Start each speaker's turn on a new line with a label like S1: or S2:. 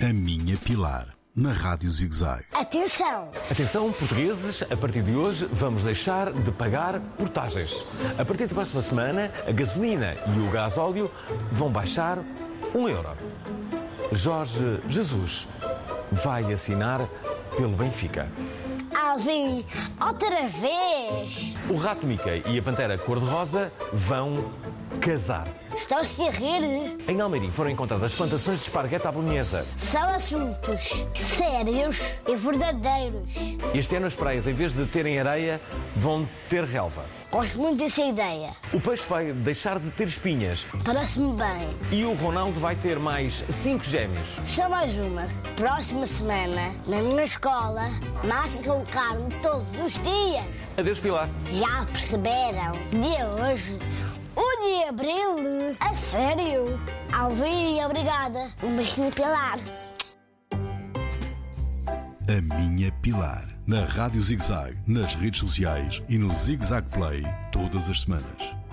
S1: A Minha Pilar, na Rádio ZigZag.
S2: Atenção!
S3: Atenção, portugueses, a partir de hoje vamos deixar de pagar portagens. A partir da próxima semana, a gasolina e o gás óleo vão baixar um euro. Jorge Jesus vai assinar pelo Benfica.
S2: Alvin, outra vez!
S3: O rato Mickey e a pantera cor-de-rosa vão casar.
S2: Estão-se a rir?
S3: Em Almeirim foram encontradas plantações de esparguete à bolonhesa.
S2: São assuntos sérios e verdadeiros.
S3: Este ano as praias, em vez de terem areia, vão ter relva.
S2: Gosto muito dessa ideia.
S3: O peixe vai deixar de ter espinhas
S2: Parece-me bem.
S3: e o Ronaldo vai ter mais cinco gêmeos.
S2: Só mais uma. Próxima semana, na minha escola, nasce com carne todos os dias.
S3: Adeus, Pilar.
S2: Já perceberam? Dia hoje, o de abril. A sério? Alvin, obrigada. Um beijinho pelar.
S1: A Minha Pilar, na Rádio ZigZag, nas redes sociais e no ZigZag Play, todas as semanas.